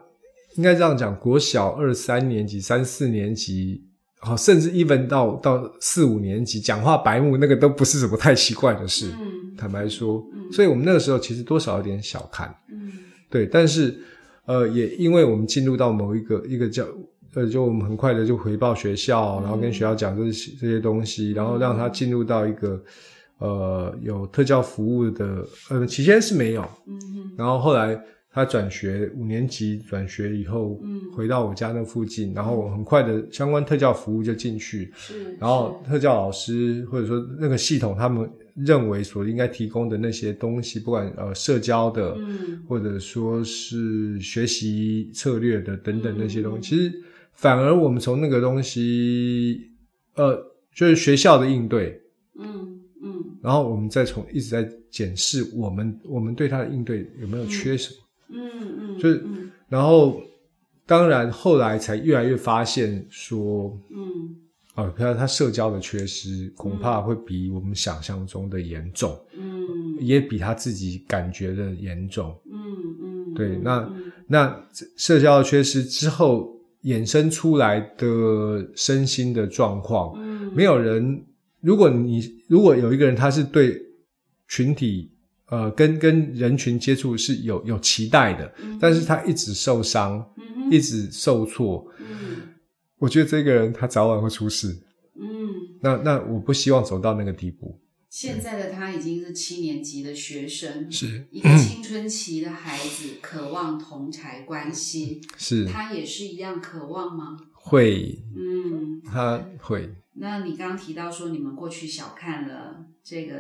[SPEAKER 2] 应该这样讲，国小二三年级、三四年级，好、甚至 even 到到四五年级，讲话白目那个都不是什么太奇怪的事。
[SPEAKER 1] 嗯
[SPEAKER 2] 坦白说，
[SPEAKER 1] 嗯
[SPEAKER 2] 所以我们那个时候其实多少有点小看，
[SPEAKER 1] 嗯
[SPEAKER 2] 对，但是呃也因为我们进入到某一个一个叫。呃，就我们很快的就回报学校，
[SPEAKER 1] 嗯
[SPEAKER 2] 然后跟学校讲这些这些东西，然后让他进入到一个呃有特教服务的，呃，期间是没有，
[SPEAKER 1] 嗯哼
[SPEAKER 2] 然后后来他转学五年级转学以后，
[SPEAKER 1] 嗯
[SPEAKER 2] 回到我家那附近，然后我很快的相关特教服务就进去，
[SPEAKER 1] 是，
[SPEAKER 2] 然后特教老师或者说那个系统他们认为所应该提供的那些东西，不管呃社交的，
[SPEAKER 1] 嗯
[SPEAKER 2] 或者说是学习策略的等等那些东
[SPEAKER 1] 嗯
[SPEAKER 2] 西，其实反而我们从那个东西，呃，就是学校的应对，
[SPEAKER 1] 嗯嗯
[SPEAKER 2] 然后我们再从一直在检视我们我们对他的应对有没有缺什么，
[SPEAKER 1] 嗯嗯，
[SPEAKER 2] 就是
[SPEAKER 1] 嗯
[SPEAKER 2] 然后当然后来才越来越发现说，
[SPEAKER 1] 嗯
[SPEAKER 2] 啊，比如他社交的缺失，恐怕会比我们想象中的严重，
[SPEAKER 1] 嗯嗯
[SPEAKER 2] 也比他自己感觉的严重。
[SPEAKER 1] 嗯，
[SPEAKER 2] 对
[SPEAKER 1] 嗯
[SPEAKER 2] 那
[SPEAKER 1] 嗯
[SPEAKER 2] 那社交的缺失之后衍生出来的身心的状况，
[SPEAKER 1] 嗯
[SPEAKER 2] 没有人，如果你如果有一个人他是对群体，呃，跟跟人群接触是有有期待的，
[SPEAKER 1] 嗯
[SPEAKER 2] 但是他一直受伤，
[SPEAKER 1] 嗯哼
[SPEAKER 2] 一直受挫，
[SPEAKER 1] 嗯
[SPEAKER 2] 我觉得这个人他早晚会出事。
[SPEAKER 1] 嗯，
[SPEAKER 2] 那那我不希望走到那个地步。
[SPEAKER 1] 现在的他已经是七年级的学生，
[SPEAKER 2] 是
[SPEAKER 1] 一个青春期的孩子，渴望同才关系，
[SPEAKER 2] 是
[SPEAKER 1] 他也是一样渴望吗？
[SPEAKER 2] 会，
[SPEAKER 1] 嗯，
[SPEAKER 2] 他会，
[SPEAKER 1] 那你刚刚提到说你们过去小看了这个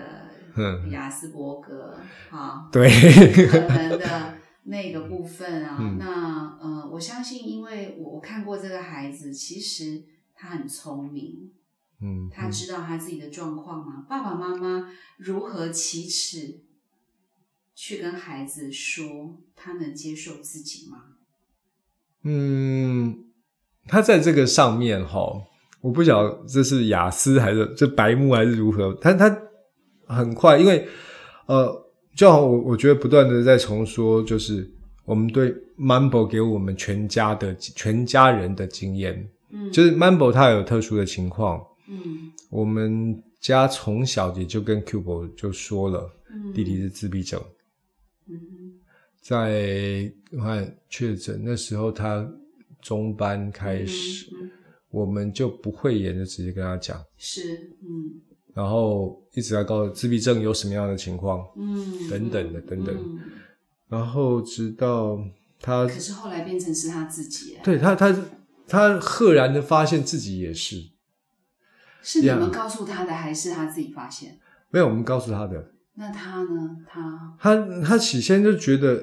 [SPEAKER 2] 嗯，
[SPEAKER 1] 雅斯伯格啊，
[SPEAKER 2] 对，
[SPEAKER 1] 可能的那个部分啊。
[SPEAKER 2] 嗯
[SPEAKER 1] 那呃，我相信，因为我我看过这个孩子，其实他很聪明，
[SPEAKER 2] 嗯，
[SPEAKER 1] 他知道他自己的状况嘛。爸爸妈妈如何启齿去跟孩子说他能接受自己吗？
[SPEAKER 2] 嗯，他在这个上面哈，我不晓得这是雅思还是这白目还是如何，他他很快，因为呃，就好像我我觉得不断的在重说，就是我们对 Mambo 给我们全家的全家人的经验，
[SPEAKER 1] 嗯，
[SPEAKER 2] 就是 Mambo 他有特殊的情况，
[SPEAKER 1] 嗯
[SPEAKER 2] 我们家从小也就跟 Cubo 就说了，
[SPEAKER 1] 嗯，
[SPEAKER 2] 弟弟是自闭症，
[SPEAKER 1] 嗯
[SPEAKER 2] 在我看确诊那时候，他中班开始，
[SPEAKER 1] 嗯嗯
[SPEAKER 2] 我们就不会言的直接跟他讲，
[SPEAKER 1] 是嗯
[SPEAKER 2] 然后一直在告诉自闭症有什么样的情况，
[SPEAKER 1] 嗯
[SPEAKER 2] 等等的等等
[SPEAKER 1] 嗯
[SPEAKER 2] 然后直到他
[SPEAKER 1] 可是后来变成是他自己，哎
[SPEAKER 2] 对他他他赫然的发现自己也是
[SPEAKER 1] 是你们
[SPEAKER 2] Yeah
[SPEAKER 1] 告诉他的，还是他自己发现？
[SPEAKER 2] 没有我们告诉他的，
[SPEAKER 1] 那他呢？他
[SPEAKER 2] 他他起先就觉得，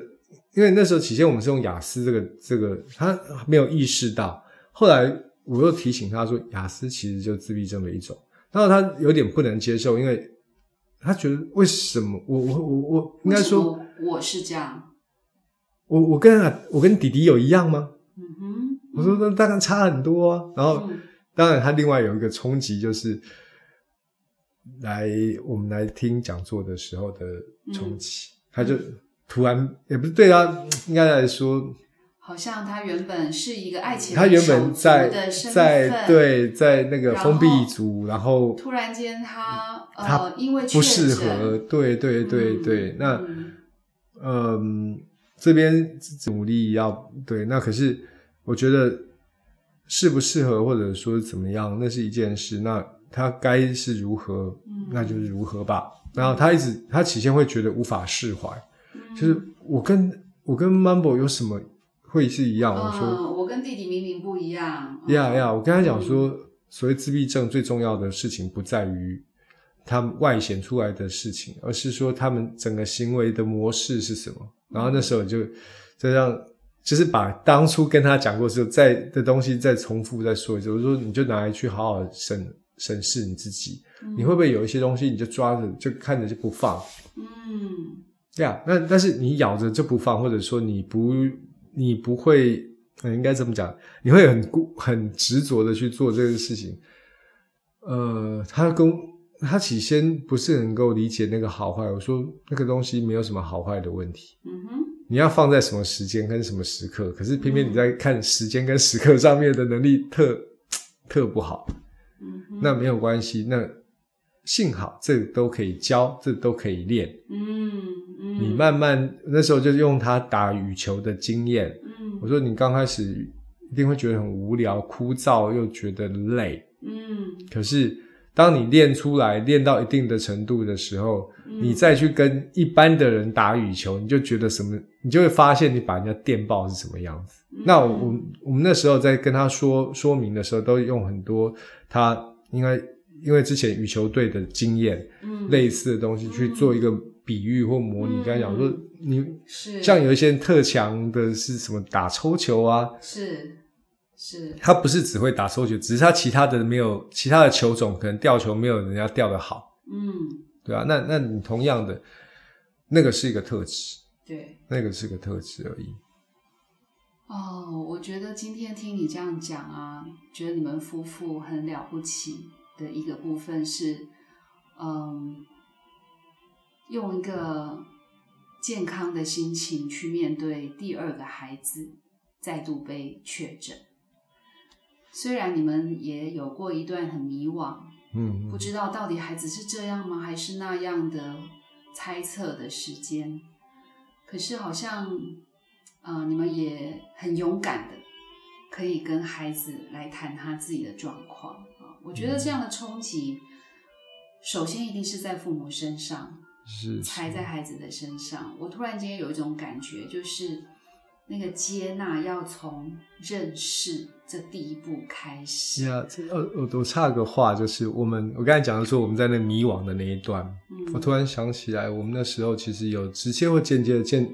[SPEAKER 2] 因为那时候起先我们是用雅思这个这个，他没有意识到。后来我又提醒他说，雅思其实就自闭症的一种，然后他有点不能接受，因为他觉得为什么我我我我应该说，
[SPEAKER 1] 为什么我是这样，
[SPEAKER 2] 我我跟他我跟弟弟有一样吗？
[SPEAKER 1] 嗯哼，
[SPEAKER 2] 我说那当然差很多啊。然后
[SPEAKER 1] 嗯
[SPEAKER 2] 当然他另外有一个冲击就是。来，我们来听讲座的时候的
[SPEAKER 1] 嗯
[SPEAKER 2] 冲击，他就突然也不是对他，应该来说，
[SPEAKER 1] 好像他原本是一个爱情，
[SPEAKER 2] 他原本在
[SPEAKER 1] 的身
[SPEAKER 2] 在
[SPEAKER 1] 份，，
[SPEAKER 2] 对在那个
[SPEAKER 1] 然
[SPEAKER 2] 封
[SPEAKER 1] 后
[SPEAKER 2] 闭组，然后
[SPEAKER 1] 突然间他
[SPEAKER 2] 他
[SPEAKER 1] 呃，因为
[SPEAKER 2] 不
[SPEAKER 1] 确
[SPEAKER 2] 适
[SPEAKER 1] 诊
[SPEAKER 2] 合，，对对对
[SPEAKER 1] 嗯
[SPEAKER 2] 对，那
[SPEAKER 1] 嗯
[SPEAKER 2] 嗯，这边努力要对，那可是我觉得适不适合或者说怎么样，那是一件事，那他该是如何
[SPEAKER 1] 嗯，
[SPEAKER 2] 那就是如何吧。然后他一直他起先会觉得无法释怀，
[SPEAKER 1] 嗯
[SPEAKER 2] 就是我跟我跟 Mambo 有什么会是一样？
[SPEAKER 1] 嗯
[SPEAKER 2] 我说。
[SPEAKER 1] 我跟弟弟明明不一样，嗯
[SPEAKER 2] 呀呀，我跟他讲说，所谓自闭症最重要的事情不在于他们外显出来的事情，而是说他们整个行为的模式是什么。然后那时候就，这让就是把当初跟他讲过之后再的东西再重复再说一次。我说你就拿来去好好审审视你自己，你会不会有一些东西你就抓着就看着就不放？
[SPEAKER 1] 嗯
[SPEAKER 2] 对啊，那但是你咬着就不放，或者说你不你不会，呃应该这么讲，你会很固很执着的去做这个事情。呃，他跟他起先不是能够理解那个好坏，我说那个东西没有什么好坏的问题，
[SPEAKER 1] 嗯哼，
[SPEAKER 2] 你要放在什么时间跟什么时刻，可是偏偏你在看时间跟时刻上面的能力特特不好。
[SPEAKER 1] 嗯哼，
[SPEAKER 2] 那没有关系，那幸好这都可以教，这都可以练。
[SPEAKER 1] 嗯嗯，
[SPEAKER 2] 你慢慢那时候就用他打羽球的经验，
[SPEAKER 1] 嗯，
[SPEAKER 2] 我说你刚开始一定会觉得很无聊、枯燥，又觉得累。
[SPEAKER 1] 嗯，
[SPEAKER 2] 可是当你练出来、练到一定的程度的时候，
[SPEAKER 1] 嗯
[SPEAKER 2] 你再去跟一般的人打羽球，你就觉得什么，你就会发现你把人家电爆是什么样子。
[SPEAKER 1] 嗯
[SPEAKER 2] 那我我们我们那时候在跟他说说明的时候，都用很多他因为因为之前羽球队的经验，
[SPEAKER 1] 嗯
[SPEAKER 2] 类似的东西去做一个比喻或模拟。
[SPEAKER 1] 嗯
[SPEAKER 2] 刚才讲说
[SPEAKER 1] 嗯，
[SPEAKER 2] 你
[SPEAKER 1] 是
[SPEAKER 2] 像有一些人特强的是什么打抽球啊，
[SPEAKER 1] 是是
[SPEAKER 2] 他不是只会打抽球，只是他其他的没有其他的球种，可能吊球没有人家吊的好，
[SPEAKER 1] 嗯
[SPEAKER 2] 对啊，那那你同样的，那个是一个特质，
[SPEAKER 1] 对
[SPEAKER 2] 那个是个特质而已。
[SPEAKER 1] 哦，我觉得今天听你这样讲啊，觉得你们夫妇很了不起的一个部分是，嗯，用一个健康的心情去面对第二个孩子再度被确诊。虽然你们也有过一段很迷惘，
[SPEAKER 2] 嗯，
[SPEAKER 1] 不知道到底孩子是这样吗，还是那样的猜测的时间。可是好像，呃，你们也很勇敢的，可以跟孩子来谈他自己的状况啊。我觉得这样的冲击，首先一定是在父母身上，
[SPEAKER 2] 是
[SPEAKER 1] 才在孩子的身上。我突然间有一种感觉，就是那个接纳要从认识这第一步开始。
[SPEAKER 2] 是啊，这呃，我我插个话，就是我们我刚才讲的说我们在那迷惘的那一段，
[SPEAKER 1] 嗯
[SPEAKER 2] 我突然想起来，我们那时候其实有直接或间接 的见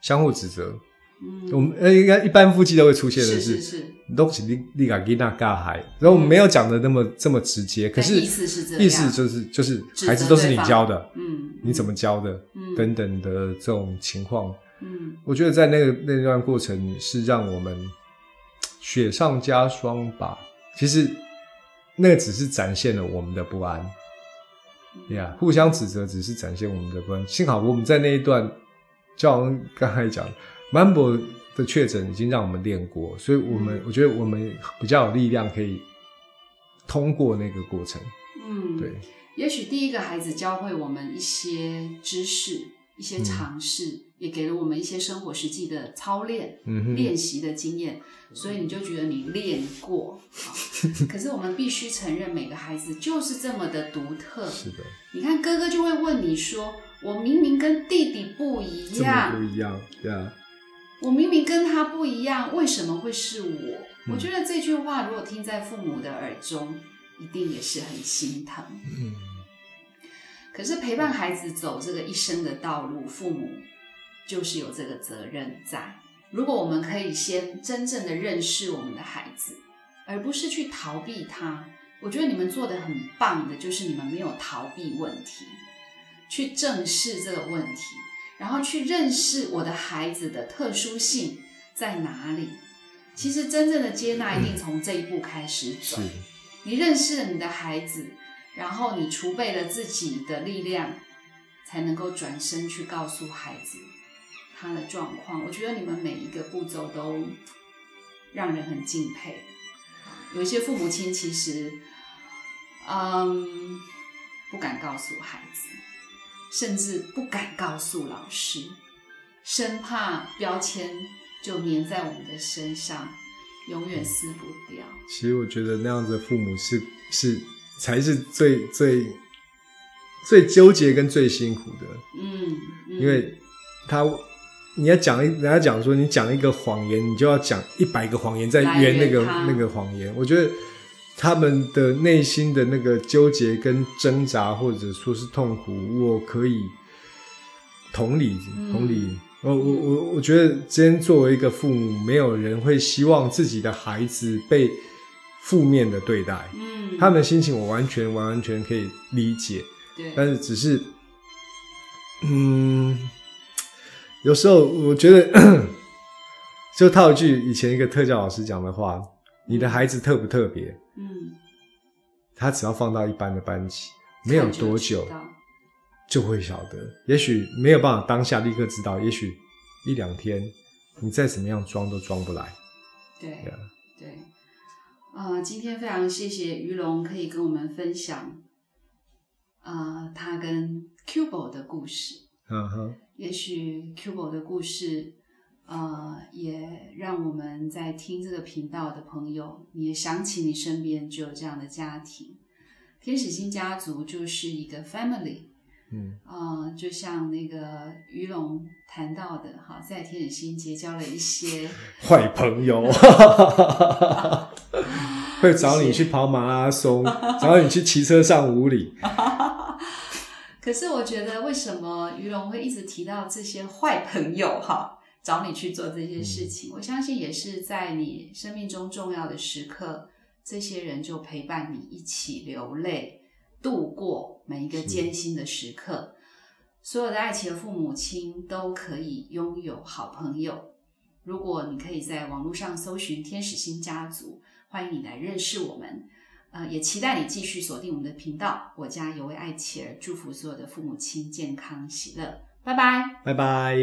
[SPEAKER 2] 相互指责。
[SPEAKER 1] 嗯，
[SPEAKER 2] 我们呃，应该一般夫妻都会出现的
[SPEAKER 1] 是是是
[SPEAKER 2] 都是你你敢给那尬孩，然后我们没有讲的那么这么直接，可是
[SPEAKER 1] 意思是这样
[SPEAKER 2] 意思就是就是
[SPEAKER 1] 指责
[SPEAKER 2] 孩子都是你
[SPEAKER 1] 对方
[SPEAKER 2] 教的，
[SPEAKER 1] 嗯，
[SPEAKER 2] 你怎么教的
[SPEAKER 1] 嗯
[SPEAKER 2] 等等的这种情况，
[SPEAKER 1] 嗯
[SPEAKER 2] 我觉得在那个那段过程是让我们雪上加霜吧。其实那只是展现了我们的不安
[SPEAKER 1] 嗯
[SPEAKER 2] 呀互相指责只是展现我们的不安。幸好我们在那一段，就好像刚才讲 m a m b o 的确诊已经让我们练过，所以我们、
[SPEAKER 1] 嗯
[SPEAKER 2] 我觉得我们比较有力量可以通过那个过程。
[SPEAKER 1] 嗯，
[SPEAKER 2] 对，，
[SPEAKER 1] 也许第一个孩子教会我们一些知识、一
[SPEAKER 2] 嗯
[SPEAKER 1] 些尝试，也给了我们一些生活实际的操练、
[SPEAKER 2] 嗯哼，
[SPEAKER 1] 练习的经验，所以你就觉得你练 过。啊可是我们必须承认，每个孩子就是这么的独特。
[SPEAKER 2] 是的，
[SPEAKER 1] 你看，哥哥就会问你说：“我明明跟弟弟不一
[SPEAKER 2] 这么不
[SPEAKER 1] 样，
[SPEAKER 2] 一样呀
[SPEAKER 1] 我明明跟他不一样，为什么会是我？”
[SPEAKER 2] 嗯
[SPEAKER 1] 我觉得这句话如果听在父母的耳中，一定也是很心疼。
[SPEAKER 2] 嗯，
[SPEAKER 1] 可是陪伴孩子走这个一生的道路，父母就是有这个责任在。如果我们可以先真正的认识我们的孩子，而不是去逃避他，我觉得你们做的很棒的，就是你们没有逃避问题，去正视这个问题，然后去认识我的孩子的特殊性在哪里。其实真正的接纳一定从这一步开始走。
[SPEAKER 2] 是。
[SPEAKER 1] 你认识了你的孩子，然后你储备了自己的力量，才能够转身去告诉孩子他的状况。我觉得你们每一个步骤都让人很敬佩。有一些父母亲其实，嗯，不敢告诉孩子，甚至不敢告诉老师，生怕标签就粘在我们的身上，永远撕不掉。
[SPEAKER 2] 其实我觉得那样子的父母是是才是最最最纠结跟最辛苦的，
[SPEAKER 1] 嗯，嗯
[SPEAKER 2] 因为他你要讲一，人家讲说你讲一个谎言，你就要讲一百个谎言在
[SPEAKER 1] 来
[SPEAKER 2] 圆
[SPEAKER 1] 圆
[SPEAKER 2] 那个
[SPEAKER 1] 它
[SPEAKER 2] 那个谎言。我觉得他们的内心的那个纠结跟挣扎，或者说是痛苦，我可以同理
[SPEAKER 1] 嗯
[SPEAKER 2] 同理我我我我觉得，今天作为一个父母，没有人会希望自己的孩子被负面的对待。
[SPEAKER 1] 嗯，
[SPEAKER 2] 他们的心情我完全完完全可以理解，
[SPEAKER 1] 对，
[SPEAKER 2] 但是只是，嗯，有时候我觉得， 就套一句以前一个特教老师讲的话：，你的孩子特不特别？
[SPEAKER 1] 嗯，
[SPEAKER 2] 他只要放到一般的班级，没有
[SPEAKER 1] 看就
[SPEAKER 2] 多
[SPEAKER 1] 知
[SPEAKER 2] 久
[SPEAKER 1] 道
[SPEAKER 2] 就会晓得。也许没有办法当下立刻知道，也许一两天，你再怎么样装都装不来。
[SPEAKER 1] 对
[SPEAKER 2] Yeah.
[SPEAKER 1] 对，呃，今天非常谢谢于龙可以跟我们分享，呃，他跟 Cubo 的故事。
[SPEAKER 2] 嗯哼，
[SPEAKER 1] 也许 Cubo 的故事，呃，也让我们在听这个频道的朋友，你也想起你身边就有这样的家庭。天使星家族就是一个 family，
[SPEAKER 2] 嗯
[SPEAKER 1] 呃，就像那个于龙谈到的，哈，在天使星结交了一些
[SPEAKER 2] 坏朋 友，会找你去跑马拉 松，找你去骑车上五里。
[SPEAKER 1] 可是我觉得，为什么于龙会一直提到这些坏朋友哈，找你去做这些事情？我相信也是在你生命中重要的时刻，这些人就陪伴你一起流泪，度过每一个
[SPEAKER 2] 是
[SPEAKER 1] 艰辛的时刻。所有的爱情的父母亲都可以拥有好朋友。如果你可以在网络上搜寻“天使星家族”，欢迎你来认识我们。呃，也期待你继续锁定我们的频道。我家有位爱妻儿，祝福所有的父母亲健康喜乐，拜拜。
[SPEAKER 2] 拜拜。